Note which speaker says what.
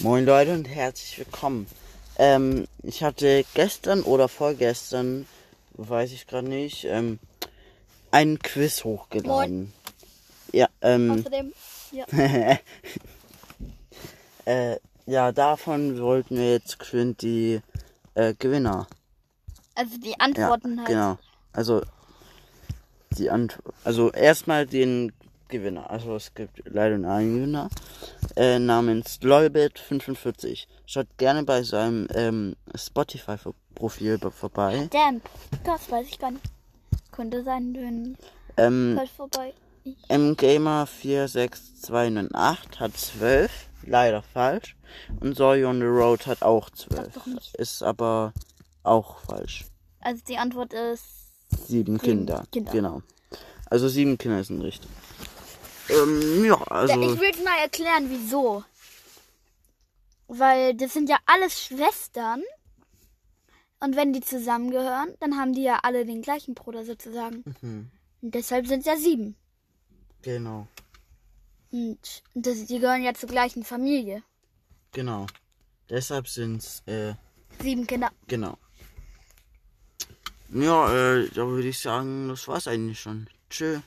Speaker 1: Moin Leute und herzlich willkommen. Ähm, ich hatte gestern oder vorgestern, weiß ich gerade nicht, ähm, einen Quiz hochgeladen. Ja, ähm,
Speaker 2: Außerdem, ja,
Speaker 1: äh, ja, davon wollten wir jetzt geschwind die äh, Gewinner.
Speaker 2: also die
Speaker 1: Ja,
Speaker 2: Antworten halt.
Speaker 1: genau. Also die Ant also erstmal den Gewinner. Also es gibt leider nur einen Gewinner äh, namens Lolbit45. Schaut gerne bei seinem ähm, Spotify Ver- Profil be- vorbei.
Speaker 2: Damn, das weiß ich gar nicht. Könnte sein, wenn
Speaker 1: Ähm,
Speaker 2: falsch vorbei. Ich,
Speaker 1: mgamer 46298 hat 12, leider falsch. Und Sorry on the Road hat auch 12.
Speaker 2: doch nicht.
Speaker 1: Ist aber auch falsch.
Speaker 2: also die Antwort ist
Speaker 1: Sieben Kinder.
Speaker 2: Kinder.
Speaker 1: Genau. Also sieben Kinder sind richtig. Ähm, ja, also.
Speaker 2: Ich will mal erklären, wieso. Weil das sind ja alles Schwestern. Und wenn die zusammengehören, dann haben die ja alle den gleichen Bruder sozusagen.
Speaker 1: Mhm.
Speaker 2: Und deshalb sind es ja sieben.
Speaker 1: Genau,
Speaker 2: Und das, die gehören ja zur gleichen Familie.
Speaker 1: genau. Deshalb sind's, äh,
Speaker 2: Sieben Kinder.
Speaker 1: genau. Ja, äh, da würde ich sagen, das war's eigentlich schon. Tschö.